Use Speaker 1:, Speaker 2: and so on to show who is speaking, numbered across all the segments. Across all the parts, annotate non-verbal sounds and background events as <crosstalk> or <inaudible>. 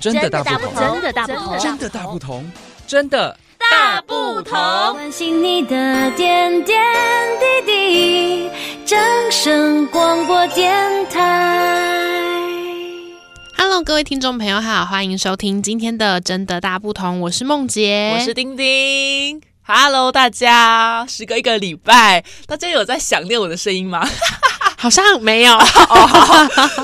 Speaker 1: 真的大
Speaker 2: 大
Speaker 1: 不
Speaker 2: 不
Speaker 1: 同，
Speaker 2: 同，的大
Speaker 1: 真的大不同，真的
Speaker 2: 大不同。
Speaker 3: 关心你的点点滴滴，掌声广播电台。
Speaker 4: Hello，各位听众朋友好，欢迎收听今天的《真的大不同》，我是梦洁，
Speaker 5: 我是丁丁。Hello，大家，时隔一个礼拜，大家有在想念我的声音吗？
Speaker 4: <laughs>
Speaker 5: 哦
Speaker 4: 好像没
Speaker 5: <laughs>
Speaker 4: 有，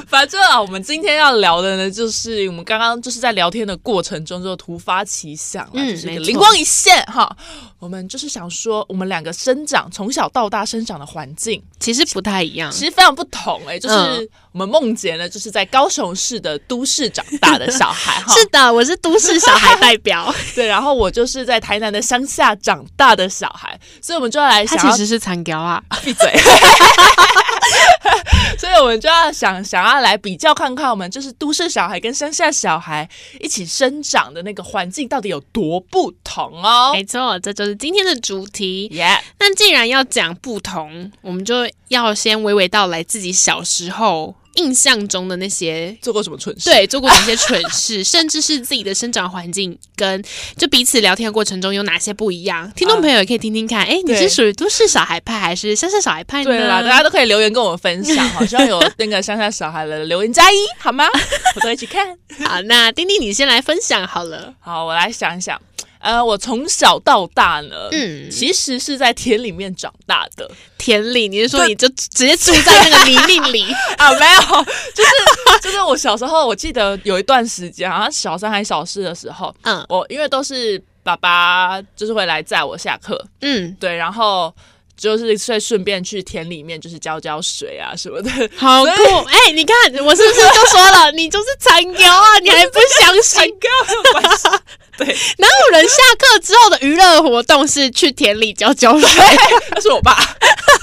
Speaker 5: 反正啊，我们今天要聊的呢，就是我们刚刚就是在聊天的过程中就突发奇想了，
Speaker 4: 嗯
Speaker 5: 就是一
Speaker 4: 没
Speaker 5: 个
Speaker 4: 错
Speaker 5: 灵光一现哈。我们就是想说，我们两个生长从小到大生长的环境
Speaker 4: 其实不太一样。
Speaker 5: 其实非常不同哎、就是
Speaker 4: 嗯
Speaker 5: 我们梦洁呢，就是在高雄市的都市长大的小孩
Speaker 4: <laughs> <laughs>
Speaker 5: 哈，
Speaker 4: 是的，我是都市小孩代
Speaker 5: <laughs>
Speaker 4: 表，
Speaker 5: 对，然后我就是在台南的乡下长大的小孩，所以我们就要来
Speaker 4: 他
Speaker 5: 想
Speaker 4: 其
Speaker 5: 要
Speaker 4: 实是残雕啊，
Speaker 5: 闭嘴。 <laughs> 所以我们就要想想要来比较看看，我们就是都市小孩跟乡下小孩一起生长的那个环境到底有多不同哦。
Speaker 4: 没错，这就是今天的主题。
Speaker 5: 耶、
Speaker 4: 那既然要讲不同，我们就要先娓娓道来自己小时候印象中的那些
Speaker 5: 做过什么蠢事？，
Speaker 4: 对，做过哪些蠢事， <laughs> 甚至是自己的生长环境跟就彼此聊天的过程中有哪些不一样？听众朋友也可以听听看，哎、你
Speaker 5: 嗯对
Speaker 4: 是属于都市小孩派还是乡下小孩派呢？
Speaker 5: 对啦，大家都可以留言跟我分享，好，希望有那个乡下小孩的留言加一，好吗？ <laughs> 我都一起看。
Speaker 4: <laughs> 好，那丁丁你先来分享好了。
Speaker 5: 好，我来想一想。呃，我从小到大呢，嗯，
Speaker 4: 嗯
Speaker 5: 其实是在田里面长大的
Speaker 4: 田里，你是说你就直接住在那个泥泞
Speaker 5: <laughs>
Speaker 4: 里？
Speaker 5: 啊，没有，就是就是我小时候，我记得有一段时间，好像小三还小四的时候，
Speaker 4: 嗯
Speaker 5: 我因为都是爸爸就是会来载我下课，
Speaker 4: 嗯，
Speaker 5: 对，然后就是会顺便去田里面就是浇浇水啊什么的，
Speaker 4: 好酷！哎、你看我是不是就说了，你就是残妖啊？你还不相
Speaker 5: <laughs> 才
Speaker 4: 信？
Speaker 5: 刚完事，对，
Speaker 4: 哪有人下课之后的娱乐活动是去田里浇浇水？
Speaker 5: 那是我爸。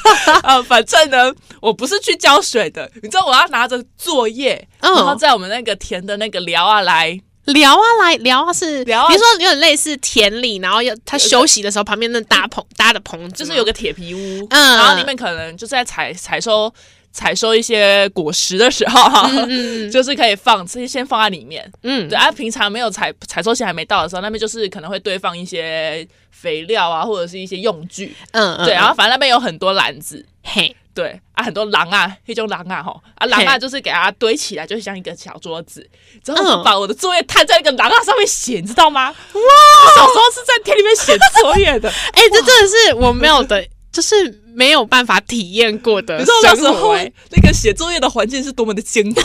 Speaker 5: <laughs> 呃，反正呢，我不是去浇水的，你知道我要拿着作业，
Speaker 4: 嗯
Speaker 5: 然后在我们那个田的那个寮啊来，
Speaker 4: 聊啊来聊啊是
Speaker 5: 聊啊
Speaker 4: 你说有点类似田里，然后要他休息的时候旁边那搭棚搭的棚子
Speaker 5: 嗯就
Speaker 4: 吗，
Speaker 5: 是有个铁皮屋，
Speaker 4: 嗯
Speaker 5: 然后里面可能就在采采收采收一些果实的时候，哈，
Speaker 4: 嗯
Speaker 5: 就是可以放，先先放在里面。
Speaker 4: 嗯
Speaker 5: 对啊，平常没有采采收期还没到的时候，那边就是可能会堆放一些肥料啊，或者是一些用具。
Speaker 4: 嗯嗯
Speaker 5: 对，啊然后反正那边有很多篮子。
Speaker 4: 嘿
Speaker 5: 对啊，很多狼啊，黑种狼啊，吼啊，狼啊，
Speaker 4: 嘿
Speaker 5: 就是给它堆起来，就像一个小桌子，之后
Speaker 4: 嗯
Speaker 5: 我就把我的作业摊在那个狼啊上面写，你知道吗？哇，我小时候是在田里面写作业的，
Speaker 4: 哎、这真的是我没有的，就是没有办法体验过的
Speaker 5: <laughs> 你知道那
Speaker 4: 生
Speaker 5: 时候
Speaker 4: 活、哎
Speaker 5: 那个写作业的环境是多么的艰苦。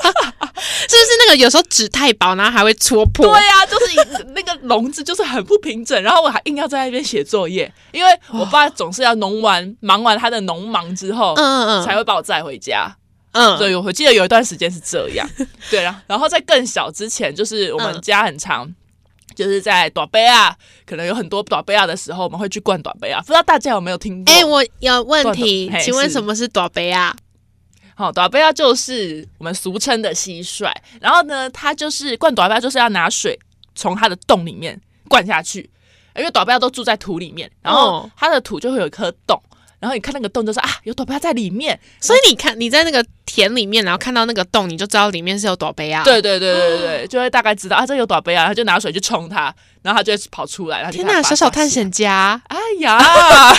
Speaker 4: 是不是那个有时候纸太薄，然后还会戳破？
Speaker 5: 对啊呀、就是一那个笼子就是很不平整，然后我还硬要在那边写作业，因为我爸总是要农完忙完他的农忙之后，
Speaker 4: 嗯嗯嗯
Speaker 5: 才会把我载回家。
Speaker 4: 嗯，
Speaker 5: 对，我记得有一段时间是这样。对，然后然后在更小之前，就是我们
Speaker 4: 嗯
Speaker 5: 家很长。就是在短杯啊，可能有很多短杯啊的时候，我们会去灌短杯啊。不知道大家有没有听过？
Speaker 4: 哎、我有问题
Speaker 5: 断的，嘿
Speaker 4: 请问
Speaker 5: 是
Speaker 4: 什么是短杯啊？
Speaker 5: 好，短杯啊就是我们俗称的蟋蟀。然后呢，它就是灌短杯啊，就是要拿水从它的洞里面灌下去，因为短杯啊都住在土里面，然后
Speaker 4: 哦
Speaker 5: 它的土就会有一颗洞，然后你看那个洞就是啊，有短杯啊在里面。
Speaker 4: 所以你看你在那个田里面，然后看到那个洞，你就知道里面是有短杯啊。，
Speaker 5: 对对对对对对，就会大概知道啊，这有短杯啊，然后就拿水去冲它，然后它就会跑出来。然后就
Speaker 4: 天
Speaker 5: 看它
Speaker 4: 哪，
Speaker 5: 发
Speaker 4: 小小
Speaker 5: 酵
Speaker 4: 探
Speaker 5: 起
Speaker 4: 险家，
Speaker 5: 哎呀
Speaker 4: <laughs>
Speaker 5: 呀，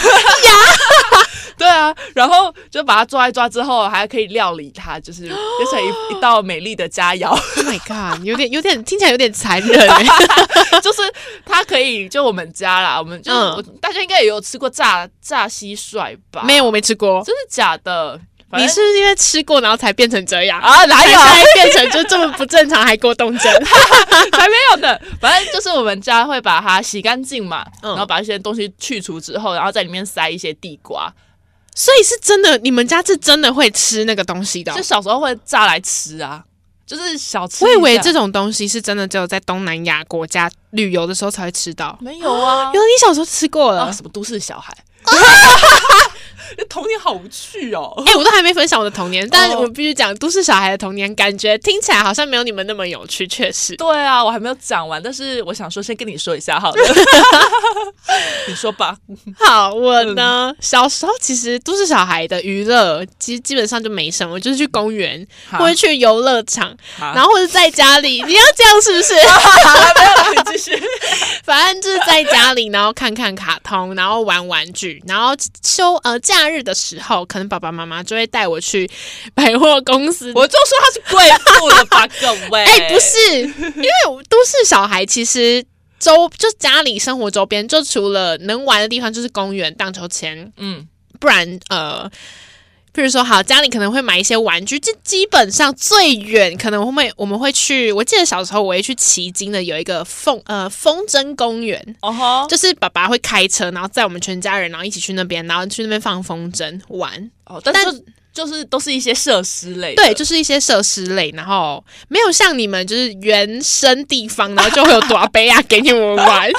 Speaker 5: <laughs> 对啊，然后就把它抓一抓之后，还可以料理它，就是变
Speaker 4: <gasps>
Speaker 5: 成一一道美丽的佳肴。
Speaker 4: Oh my god，有点有点听起来有点残忍、
Speaker 5: <laughs>
Speaker 4: 哎
Speaker 5: 就是它可以，就我们家啦，我们就是、
Speaker 4: 嗯
Speaker 5: 我大家应该也有吃过炸炸蟋蟀吧？
Speaker 4: 没有，，我没吃过。
Speaker 5: 真的假的？反
Speaker 4: 你
Speaker 5: 正
Speaker 4: 是不是因为吃过，然后才变成这样？
Speaker 5: 啊？哪
Speaker 4: 才
Speaker 5: 有？
Speaker 4: 才变成就这么不正常，还过动
Speaker 5: <laughs>
Speaker 4: 症？
Speaker 5: 还没有呢。反正就是我们家会把它洗干净嘛，
Speaker 4: 嗯
Speaker 5: 然后把一些东西去除之后，然后在里面塞一些地瓜，
Speaker 4: 所以是真的，你们家是真的会吃那个东西的哦、
Speaker 5: 就小时候会炸来吃啊，就是小吃一
Speaker 4: 我
Speaker 5: 下。
Speaker 4: 以为这种东西是真的只有在东南亚国家旅游的时候才会吃到。 <gasps>
Speaker 5: 没有啊哦
Speaker 4: <laughs> 原。来你小时候吃过了，
Speaker 5: 啊，什么都市小孩？ <laughs> 童年好无趣哦。
Speaker 4: 哎、我都还没分享我的童年，但
Speaker 5: 哦
Speaker 4: 我必须讲，都市小孩的童年感觉听起来好像没有你们那么有趣，确实。
Speaker 5: 对啊，我还没有讲完，但是我想说，先跟你说一下好了。 <laughs> 你说吧，
Speaker 4: 好，我
Speaker 5: 嗯
Speaker 4: 呢，小时候其实都市小孩的娱乐，其实基本上就没什么，就是去公园，或者去游乐场，
Speaker 5: 好
Speaker 4: 然后或者在家里。你要这样是不是？
Speaker 5: <laughs> 你继续。
Speaker 4: <laughs> 反正就是在家里，然后看看卡通，然后玩玩具，然后休呃假日的时候，可能爸爸妈妈就会带我去百货公司。
Speaker 5: 我就说她是贵妇了吧，各 <laughs> 位。
Speaker 4: 哎、不，是，因为我都市小孩其实。周就家里生活周边，就除了能玩的地方，就是公园、荡秋千，
Speaker 5: 嗯，
Speaker 4: 不然呃，譬如说，好，家里可能会买一些玩具，这基本上最远可能会我们会去，我记得小时候我会去旗津的有一个凤呃风筝公园。
Speaker 5: 哦吼，
Speaker 4: 就是爸爸会开车，然后载我们全家人，然后一起去那边，然后去那边放风筝玩。
Speaker 5: 哦，但是就就是都是一些设施类的，
Speaker 4: 对，就是一些设施类，然后没有像你们就是原生地方，然后就会有多杯啊给你们玩。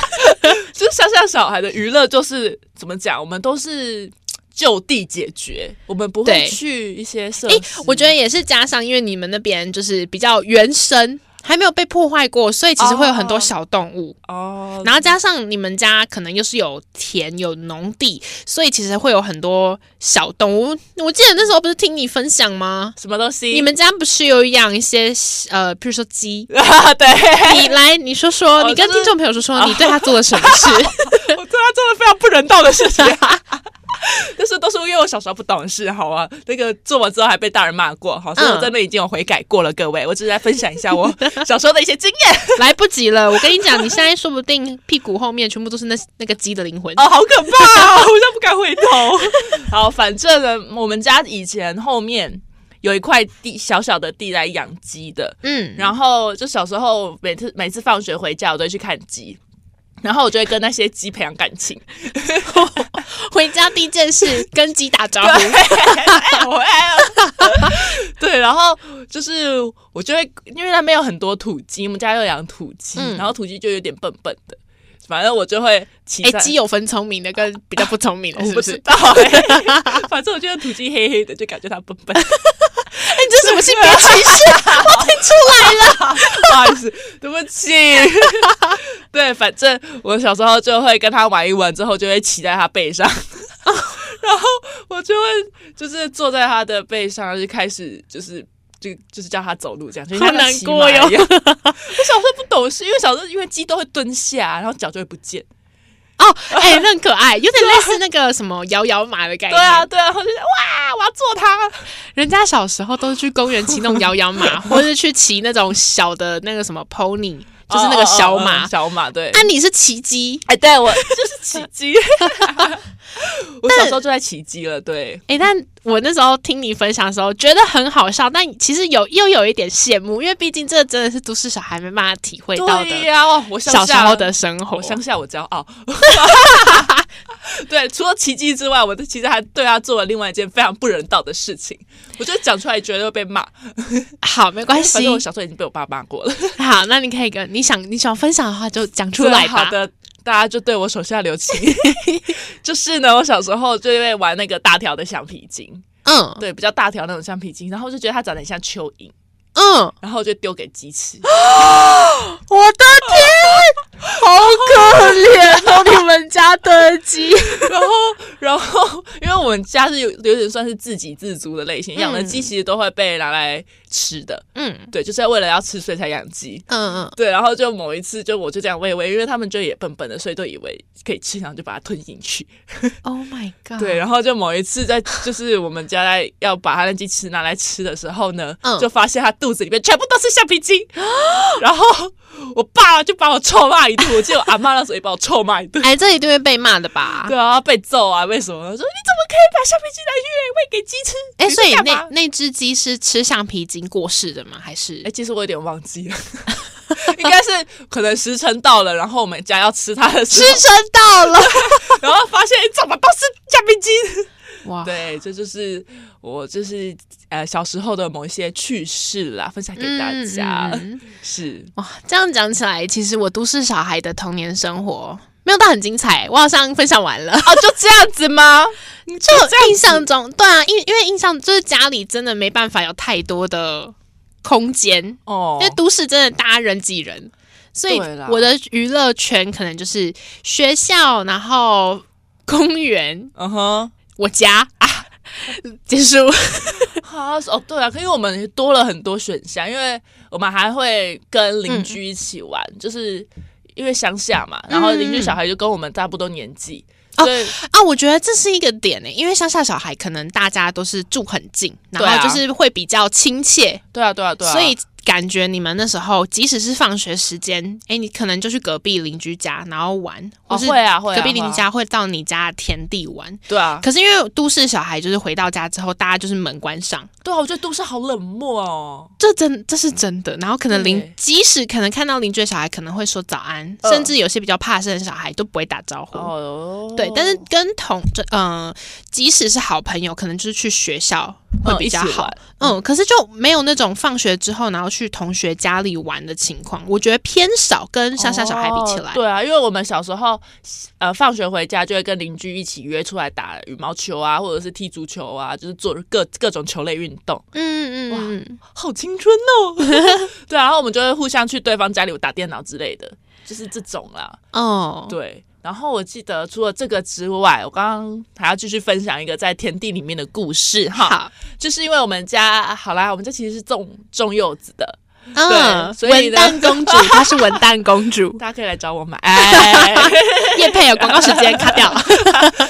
Speaker 5: 就是乡下小孩的娱乐，就是怎么讲，我们都是就地解决，我们不会
Speaker 4: 对
Speaker 5: 去一些设
Speaker 4: 诶、
Speaker 5: 施。
Speaker 4: <laughs> 我觉得也是加上，因为你们那边就是比较原生，还没有被破坏过，所以其实会有很多
Speaker 5: 哦
Speaker 4: 小动物。
Speaker 5: 哦，
Speaker 4: 然后加上你们家可能又是有田有农地，所以其实会有很多小动物。我记得那时候不是听你分享吗？
Speaker 5: 什么东西？？
Speaker 4: 你们家不是有养一些呃，譬如说 <laughs> 鸡
Speaker 5: 啊， <laughs> 对，
Speaker 4: 你来，你说说，
Speaker 5: 哦
Speaker 4: 你跟
Speaker 5: 就是
Speaker 4: 听众朋友说说，你对他做了什么事？
Speaker 5: <laughs> 我对他做了非常不人道的事 <laughs> 情，但是都是因为我小时候不懂事，好啊，那个做完之后还被大人骂过，好，所以
Speaker 4: 嗯
Speaker 5: 我真的已经有悔改过了，各位，我只是来分享一下 <laughs> 我小时候的一些经验。
Speaker 4: 来不及了，我跟你讲，你现在说不定屁股后面全部都是那那个鸡的灵魂。
Speaker 5: 哦， <laughs> 好可怕、哦，我现在不敢回头。好，反正呢，我们家以前后面有一块地，小小的地来养鸡的，
Speaker 4: 嗯，
Speaker 5: 然后就小时候每次每次放学回家，我都会去看鸡。然后我就会跟那些鸡培养感情，
Speaker 4: 回家第一件事跟鸡打招呼。
Speaker 5: 哎我爱了。 <laughs> 对，然后就是我就会，因为那边有很多土鸡，我们家又养土鸡，
Speaker 4: 嗯
Speaker 5: 然后土鸡就有点笨笨的，反正我就会骑
Speaker 4: 哎，
Speaker 5: 在。
Speaker 4: 鸡有分聪明的跟比较不聪明的，
Speaker 5: 啊哦我
Speaker 4: 是
Speaker 5: 不
Speaker 4: 不
Speaker 5: 知
Speaker 4: 是？
Speaker 5: 道
Speaker 4: <laughs>
Speaker 5: 哎、反正我觉得土鸡黑黑的，就感觉它笨笨。
Speaker 4: 哎，你这什么性别歧视？
Speaker 5: <laughs> 不好意思，对不
Speaker 4: <laughs>
Speaker 5: 起。对，反正我小时候就会跟他玩一玩，之后就会骑在他
Speaker 4: <laughs>
Speaker 5: 背上，然后我就会就是坐在他的背上，然后就开始就是。就就是叫他走路这样，就像
Speaker 4: 好难过哟
Speaker 5: 他
Speaker 4: <laughs>
Speaker 5: 骑马一样我小时候不懂事，因为小时候因为鸡都会蹲下，然后脚就会不见。
Speaker 4: 哦，哎，那很可爱，有点类似那个什么摇摇马的概
Speaker 5: 对
Speaker 4: 念。
Speaker 5: 啊，，对啊，然后就觉得哇，我要做它。
Speaker 4: 人家小时候都是去公园骑那种摇摇
Speaker 5: <laughs>
Speaker 4: 马，或是去骑那种小的那个什么 pony，就是那个小
Speaker 5: 哦哦
Speaker 4: 马。
Speaker 5: 哦小马对。
Speaker 4: 啊，你是骑鸡？
Speaker 5: 哎，对我就是骑鸡。 <laughs> 我小时候就在骑鸡了，对。
Speaker 4: 哎、但我那时候听你分享的时候，觉得很好笑，但其实有又有一点羡慕，因为毕竟这真的是都市小孩没办法体会到
Speaker 5: 对
Speaker 4: 的
Speaker 5: 呀、哇我乡
Speaker 4: 小时
Speaker 5: 下
Speaker 4: 候的生活
Speaker 5: 我。乡下我骄
Speaker 4: <laughs>
Speaker 5: 傲。 <laughs> 对，除了奇迹之外，我的其实还对他做了另外一件非常不人道的事情。我觉得讲出来绝对会被骂，
Speaker 4: 好，没关
Speaker 5: 反
Speaker 4: 系
Speaker 5: 正。我小时候已经被我爸骂过了。
Speaker 4: 好，那你可以跟你想你想分享的话就讲出来
Speaker 5: 对好
Speaker 4: 吧。
Speaker 5: 的，大家就对我手下
Speaker 4: <laughs>
Speaker 5: 留情。就是呢，我小时候就因为玩那个大条的橡皮筋，
Speaker 4: 嗯，
Speaker 5: 对，比较大条那种橡皮筋，然后我就觉得它长得很像蚯蚓，
Speaker 4: 嗯，
Speaker 5: 然后我就丢给鸡吃。
Speaker 4: 我的天，好可怜
Speaker 5: <laughs>
Speaker 4: 哦，你们家的鸡。
Speaker 5: 然后，然后，因为我们家是有有点算是自给自足的类型，养的鸡其实都会被拿来吃的，
Speaker 4: 嗯
Speaker 5: 对，就是为了要吃所以才养鸡。
Speaker 4: 嗯嗯，
Speaker 5: 对，然后就某一次，就我就这样喂喂，因为他们就也笨笨的，所以都以为可以吃，然后就把它吞进去。
Speaker 4: ，Oh my god。
Speaker 5: 对，然后就某一次在就是我们家在要把它那鸡翅拿来吃的时候呢，
Speaker 4: 嗯
Speaker 5: 就发现它肚子里面全部都是橡皮筋， <gasps> 然后我爸就把我臭骂一顿，我记得我阿妈那时候也把我臭骂一
Speaker 4: <laughs>
Speaker 5: 顿。
Speaker 4: 哎，这一定会被骂的吧？
Speaker 5: 对啊，被揍啊，为什么？说你怎么可以把橡皮筋拿去喂给鸡吃？
Speaker 4: 哎、
Speaker 5: 你在
Speaker 4: 所以
Speaker 5: 干嘛
Speaker 4: 那那只鸡是吃橡皮筋过世的吗？还是
Speaker 5: 哎、其实我有点忘记了， <laughs> 应该是可能时辰到了，然后我们家要吃它的时
Speaker 4: 时
Speaker 5: 候，
Speaker 4: 辰到了？
Speaker 5: 然后发现、哎怎么都是橡皮筋。
Speaker 4: 哇，
Speaker 5: <laughs> <laughs> 对，这就是我就是呃小时候的某一些趣事啦，分享给大
Speaker 4: 嗯
Speaker 5: 家。
Speaker 4: 嗯嗯
Speaker 5: <laughs> 是
Speaker 4: 哇，这样讲起来，其实我都市小孩的童年生活没没有到很精彩，我好像分享完了。
Speaker 5: 哦，就这样子吗？
Speaker 4: <laughs> 就印象中，对啊，因因为印象就是家里真的没办法有太多的空间，
Speaker 5: 哦
Speaker 4: 因为都市真的大家人挤人，所以
Speaker 5: 对啦
Speaker 4: 我的娱乐圈可能就是学校，然后公园，
Speaker 5: 嗯哼，
Speaker 4: 我家 <laughs> 啊，结束。
Speaker 5: 好哦，对啊，因为我们多了很多选项，因为我们还会跟邻居一起玩，就是因为乡下嘛，然后邻居小孩就跟我们差不多年纪，
Speaker 4: 哦
Speaker 5: 所以
Speaker 4: 啊，我觉得这是一个点呢、因为乡下小孩可能大家都是住很近，
Speaker 5: 对
Speaker 4: 然
Speaker 5: 啊
Speaker 4: 后就是会比较亲切，
Speaker 5: 对啊，对啊，对啊，
Speaker 4: 所以感觉你们那时候即使是放学时间，哎、你可能就去隔壁邻居家然后玩，
Speaker 5: 哦
Speaker 4: 或是
Speaker 5: 会啊会啊
Speaker 4: 隔壁邻
Speaker 5: 会
Speaker 4: 居
Speaker 5: 啊
Speaker 4: 家会到你家的田地玩。
Speaker 5: 对啊，
Speaker 4: 可是因为都市小孩就是回到家之后，大家就是门关上，
Speaker 5: 对啊，我觉得都市好冷漠哦，
Speaker 4: 这真这是真的。然后可能
Speaker 5: 对
Speaker 4: 邻，即使可能看到邻居的小孩，可能会说早安，
Speaker 5: 嗯
Speaker 4: 甚至有些比较怕生的小孩都不会打招呼。
Speaker 5: 哦，
Speaker 4: 对，但是跟同这嗯、即使是好朋友，可能就是去学校会
Speaker 5: 嗯
Speaker 4: 比较
Speaker 5: 一起
Speaker 4: 好
Speaker 5: 玩。
Speaker 4: 嗯可是就没有那种放学之后然后去同学家里玩的情况，我觉得偏少，跟乡下小孩比起来。
Speaker 5: 哦对啊，因为我们小时候，呃，放学回家就会跟邻居一起约出来打羽毛球啊，或者是踢足球啊，就是做各各种球类运动，
Speaker 4: 嗯嗯嗯，
Speaker 5: 好青春
Speaker 4: <laughs>
Speaker 5: 哦。 <laughs> 对啊，然后我们就会互相去对方家里打电脑之类的，就是这种啦。
Speaker 4: 哦，
Speaker 5: 对，然后我记得除了这个之外，我刚刚还要继续分享一个在田地里面的故事哈，
Speaker 4: 好，
Speaker 5: 就是因为我们家好啦，我们家其实是种种柚子的，
Speaker 4: 嗯，
Speaker 5: 所以
Speaker 4: 文
Speaker 5: 呢，
Speaker 4: 旦公主，她是文旦公主
Speaker 5: <laughs> 大家可以来找我买。 <laughs> 哎
Speaker 4: 叶佩有广告时间卡掉。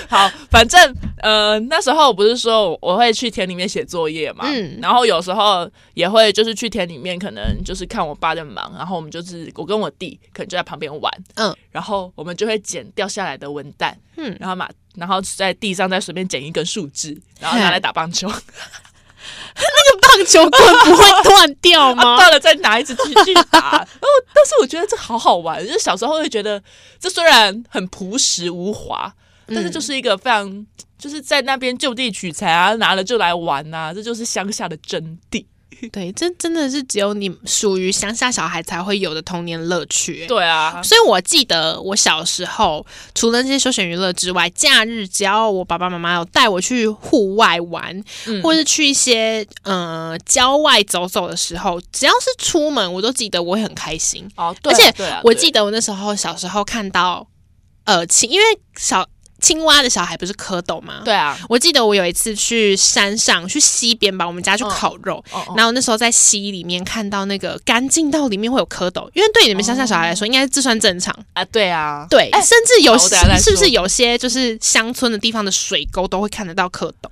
Speaker 5: 好，反正呃那时候我不是说我会去田里面写作业嘛，
Speaker 4: 嗯
Speaker 5: 然后有时候也会就是去田里面，可能就是看我爸在忙，然后我们就是我跟我弟可能就在旁边玩，
Speaker 4: 嗯，
Speaker 5: 然后我们就会捡掉下来的文蛋，
Speaker 4: 嗯
Speaker 5: 然后嘛，然后在地上再随便捡一根树枝，然后拿来打棒球，
Speaker 4: 棒球棍不会断掉吗？
Speaker 5: 啊
Speaker 4: <laughs>
Speaker 5: 断了再拿一支 <laughs> 继续打。然后，但是我觉得这好好玩，就是小时候会觉得这虽然很朴实无华，
Speaker 4: 嗯
Speaker 5: 但是就是一个非常就是在那边就地取材啊，拿了就来玩啊，这就是乡下的真谛。
Speaker 4: 对，这真的是只有你属于乡下小孩才会有的童年乐趣、欸
Speaker 5: 对啊，
Speaker 4: 所以我记得我小时候，除了那些休闲娱乐之外，假日只要我爸爸妈妈有带我去户外玩，
Speaker 5: 嗯
Speaker 4: 或是去一些呃郊外走走的时候，只要是出门，我都记得我会很开心。
Speaker 5: 哦，
Speaker 4: 而
Speaker 5: 对啊，
Speaker 4: 且
Speaker 5: 对啊
Speaker 4: 我
Speaker 5: 对
Speaker 4: 记得我那时候小时候看到，呃，青因为小青蛙的小孩不是蝌蚪吗？。
Speaker 5: 对啊，
Speaker 4: 我记得我有一次去山上，去溪边吧，我们家去烤肉，
Speaker 5: 哦哦
Speaker 4: 然后那时候在溪里面看到那个干净到里面会有蝌蚪，因为对你们乡下小孩来
Speaker 5: 哦
Speaker 4: 说，应该这算正常。
Speaker 5: 啊，对啊，
Speaker 4: 对，
Speaker 5: 哎
Speaker 4: 甚至有
Speaker 5: 好我等下再说
Speaker 4: 是不是有些就是乡村的地方的水沟都会看得到蝌蚪？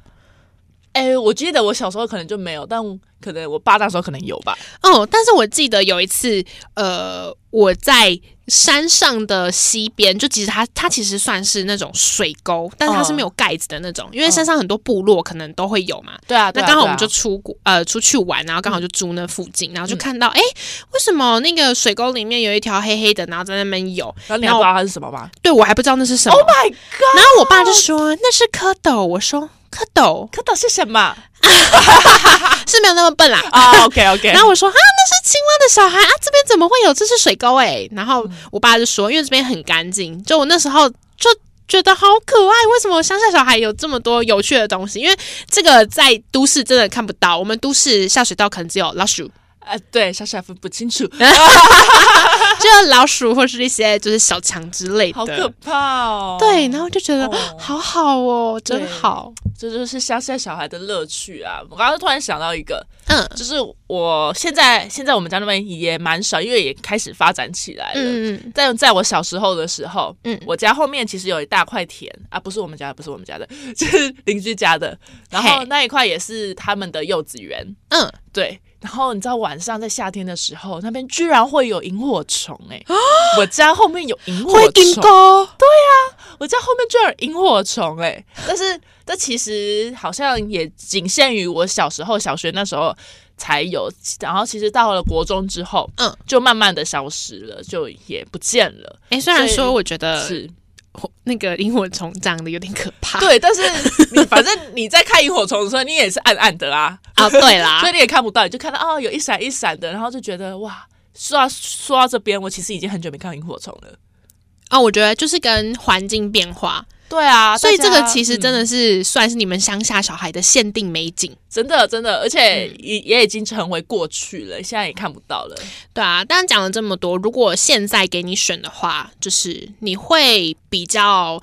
Speaker 5: 哎，我记得我小时候可能就没有，但可能我爸那时候可能有吧。
Speaker 4: 哦，但是我记得有一次，呃，我在山上的溪边，就其实它它其实算是那种水沟，但是它是没有盖子的那种，因为山上很多部落可能都会有嘛。
Speaker 5: 对啊，嗯对
Speaker 4: 那
Speaker 5: 啊
Speaker 4: 刚好
Speaker 5: 对
Speaker 4: 我们
Speaker 5: 啊
Speaker 4: 就出国呃出去玩，然后刚好就住那附近，然后就看到哎、诶为什么那个水沟里面有一条黑黑的，然后在那边游？
Speaker 5: 然后你还不知道它是什么吗
Speaker 4: 对我还不知道那是什么。
Speaker 5: ？Oh my god！
Speaker 4: 然后我爸就说那是蝌蚪，我说蝌蚪
Speaker 5: 蝌蚪是什么
Speaker 4: 是没有那么笨啦。
Speaker 5: 啊？OK OK。
Speaker 4: 然后我说啊， <laughs> 那是青蛙的小孩啊，这边怎么会有？这是水沟哎、然后我爸就说，因为这边很干净，就我那时候就觉得好可爱。为什么乡下小孩有这么多有趣的东西？因为这个在都市真的看不到，我们都市下水道可能只有老 <laughs> 鼠，
Speaker 5: 啊，对，小小分不清楚，
Speaker 4: 只有老鼠或是一些就是小强之类的。
Speaker 5: 好可怕哦。
Speaker 4: 对，然后就觉得、啊
Speaker 5: 哦
Speaker 4: 好好哦，真
Speaker 5: 对
Speaker 4: 好。
Speaker 5: 这就是乡下小孩的乐趣啊！我刚刚突然想到一个，
Speaker 4: 嗯
Speaker 5: 就是我现在现在我们家那边也蛮少，因为也开始发展起来了。
Speaker 4: 嗯嗯
Speaker 5: 但在我小时候的时候，
Speaker 4: 嗯
Speaker 5: 我家后面其实有一大块田啊，不是我们家的，不是我们家的， <laughs> 就是邻居家的。然后
Speaker 4: 嘿
Speaker 5: 那一块也是他们的柚子园，
Speaker 4: 嗯，
Speaker 5: 对。然后你知道晚上在夏天的时候，那边居然会有萤火虫哎、我家后面有萤火
Speaker 4: 会顶
Speaker 5: 虫，
Speaker 4: 高。
Speaker 5: 我家后面居然有萤火虫哎、但是这其实好像也仅限于我小时候小学那时候才有，然后其实到了国中之后，
Speaker 4: 嗯，
Speaker 5: 就慢慢的消失了，就也不见了。
Speaker 4: 哎、虽然
Speaker 5: 所以
Speaker 4: 说我觉得
Speaker 5: 是
Speaker 4: 那个萤火虫长得有点可怕。
Speaker 5: 对，但是你 <laughs> 反正你在看萤火虫的时候，你也是暗暗的啊，
Speaker 4: 啊，对啦
Speaker 5: <laughs> 所以，你也看不到，你就看到哦有一闪一闪的，然后就觉得哇。说到说到这边，我其实已经很久没看到萤火虫了。
Speaker 4: 啊、我觉得就是跟环境变化，
Speaker 5: 对啊，
Speaker 4: 所以这个其
Speaker 5: 实
Speaker 4: 实真的是算是你们乡下小孩的限定美景，
Speaker 5: 真的真的，而且
Speaker 4: 嗯
Speaker 5: 也、也已经成为过去了，现在也看不到了。
Speaker 4: 对啊。但讲了这么多，如果现在给你选的话，就是你会比较，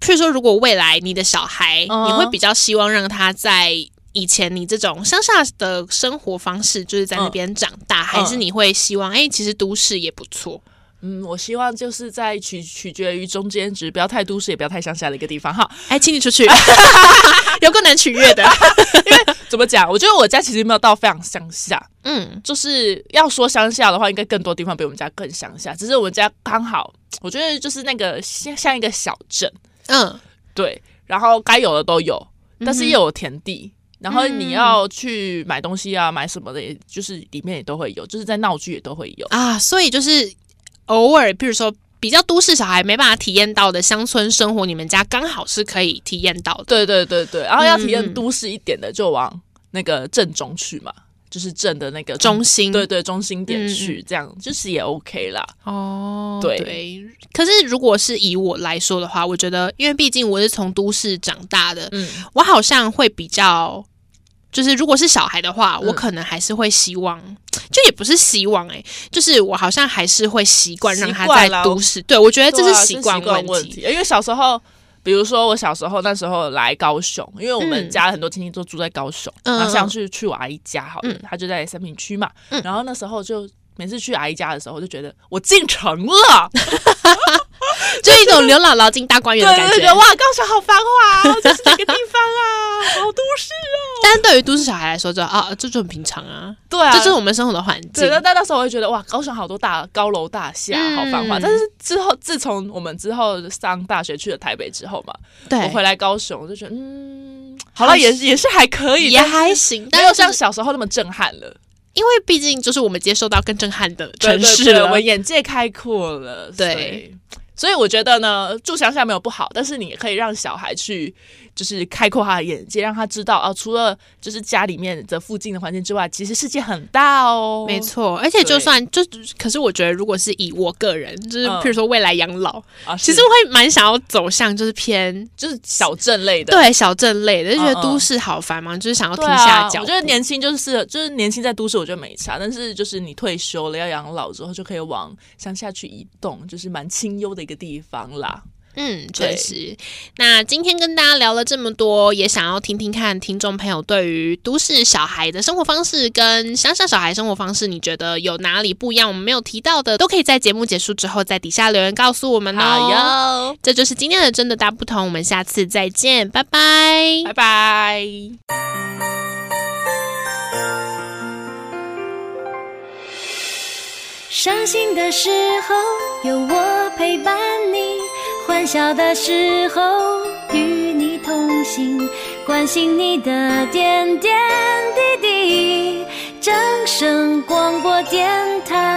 Speaker 4: 譬如说，如果未来你的小孩，
Speaker 5: 嗯
Speaker 4: 你会比较希望让他在。以前你这种乡下的生活方式，就是在那边长大，还是你会希望，哎、其实都市也不错。
Speaker 5: 嗯，我希望就是在取取决于中间值，不要太都市，也不要太乡下的一个地方哈。
Speaker 4: 哎，请你出去， <laughs> 有够难取悦的。
Speaker 5: 怎么讲？我觉得我家其实没有到非常乡下，
Speaker 4: 嗯，
Speaker 5: 就是要说乡下的话，应该更多地方比我们家更乡下，只是我们家刚好，我觉得就是那个像像一个小镇，
Speaker 4: 嗯，
Speaker 5: 对，然后该有的都有，但
Speaker 4: 嗯
Speaker 5: 是
Speaker 4: 哼
Speaker 5: 又有田地。然后
Speaker 4: 嗯
Speaker 5: 你要去买东西啊，买什么的，也就是里面也都会有，就是在闹剧也都会有。
Speaker 4: 啊，所以就是偶尔，比如说比较都市小孩没办法体验到的乡村生活，你们家刚好是可以体验到的。
Speaker 5: 对对对对，然后要体
Speaker 4: 嗯嗯
Speaker 5: 验都市一点的，就往那个镇中去嘛，就是镇的那个
Speaker 4: 中心
Speaker 5: 对对，中心
Speaker 4: 嗯
Speaker 5: 点
Speaker 4: 嗯
Speaker 5: 去，这样就是也 OK 啦。
Speaker 4: 哦
Speaker 5: 对
Speaker 4: 可是如果是以我来说的话，我觉得，因为毕竟我是从都市长大的，
Speaker 5: 嗯，
Speaker 4: 我好像会比较，就是如果是小孩的话，
Speaker 5: 嗯
Speaker 4: 我可能还是会希望，就也不是希望哎、就是我好像还是会习惯让他
Speaker 5: 习惯
Speaker 4: 在
Speaker 5: 啦
Speaker 4: 都市。对，我觉得哎这
Speaker 5: 对啊
Speaker 4: 是习惯
Speaker 5: 问
Speaker 4: 问
Speaker 5: 题，因为小时候。比如说，我小时候那时候来高雄，因为我们
Speaker 4: 嗯
Speaker 5: 家很多亲戚都住在高雄，
Speaker 4: 嗯
Speaker 5: 然后像是去我阿姨家好了，
Speaker 4: 嗯
Speaker 5: 她就在三明区嘛，
Speaker 4: 嗯
Speaker 5: 然后那时候就每次去阿姨家的时候，我就觉得我进
Speaker 4: <laughs>
Speaker 5: 城了，
Speaker 4: 就一种刘姥姥进大观园的感
Speaker 5: 对
Speaker 4: 觉。
Speaker 5: 对对，哇，高雄好繁华哦，这是哪个地方啊？好都市哦，
Speaker 4: 但是对于都市小孩来说就，啊，这就很平常啊，
Speaker 5: 对啊，
Speaker 4: 这就是我们生活的环境
Speaker 5: 对，。但但那时候我会觉得哇，高雄好多大高楼大厦，
Speaker 4: 嗯
Speaker 5: 好繁华。但是之后，自从我们之后上大学去了台北之后嘛，我回
Speaker 4: 对，
Speaker 5: 来高雄我就觉得，嗯，好了，也是也是还可以，
Speaker 4: 也
Speaker 5: 但是
Speaker 4: 还行，
Speaker 5: 没
Speaker 4: 但
Speaker 5: 有
Speaker 4: 是就
Speaker 5: 像
Speaker 4: 是
Speaker 5: 小时候那么震撼了。
Speaker 4: 因为毕竟就是我们接受到更震撼的
Speaker 5: 对
Speaker 4: 城市
Speaker 5: 对对
Speaker 4: 了
Speaker 5: 我。眼界开阔了。
Speaker 4: 对
Speaker 5: 所以，所以我觉得呢，住乡下没有不好，但是你也可以让小孩去，就是开阔他的眼界，让他知道啊、除了就是家里面的附近的环境之外，其实世界很大哦。
Speaker 4: 没错，而且就
Speaker 5: 对
Speaker 4: 算就，可是我觉得，如果是以我个人，就是
Speaker 5: 嗯
Speaker 4: 譬如说未来养老，
Speaker 5: 啊，
Speaker 4: 其实
Speaker 5: 是
Speaker 4: 我会蛮想要走向就是偏
Speaker 5: 就是小镇类的。
Speaker 4: 对小镇类的，就觉
Speaker 5: 嗯
Speaker 4: 得
Speaker 5: 嗯
Speaker 4: 都市好烦嘛，就是想要停
Speaker 5: 对啊
Speaker 4: 下脚步。
Speaker 5: 我觉得年轻就是适合，就是年轻在都市我觉得没差，但是就是你退休了要养老之后，就可以往乡下去移动，就是蛮清幽的一个地方啦。
Speaker 4: 嗯，
Speaker 5: 对
Speaker 4: 确实。那今天跟大家聊了这么多，也想要听听看听众朋友对于都市小孩的生活方式跟乡下小孩生活方式，你觉得有哪里不一样？我们没有提到的，都可以在节目结束之后在底下留言告诉我们
Speaker 5: 好
Speaker 4: 哦。
Speaker 5: 哟，
Speaker 4: 这就是今天的真的大不同，我们下次再见，拜拜
Speaker 5: 拜。拜。
Speaker 3: 伤心的时候有我陪伴你，欢笑的时候与你同行，关心你的点点滴滴。掌声广播电台。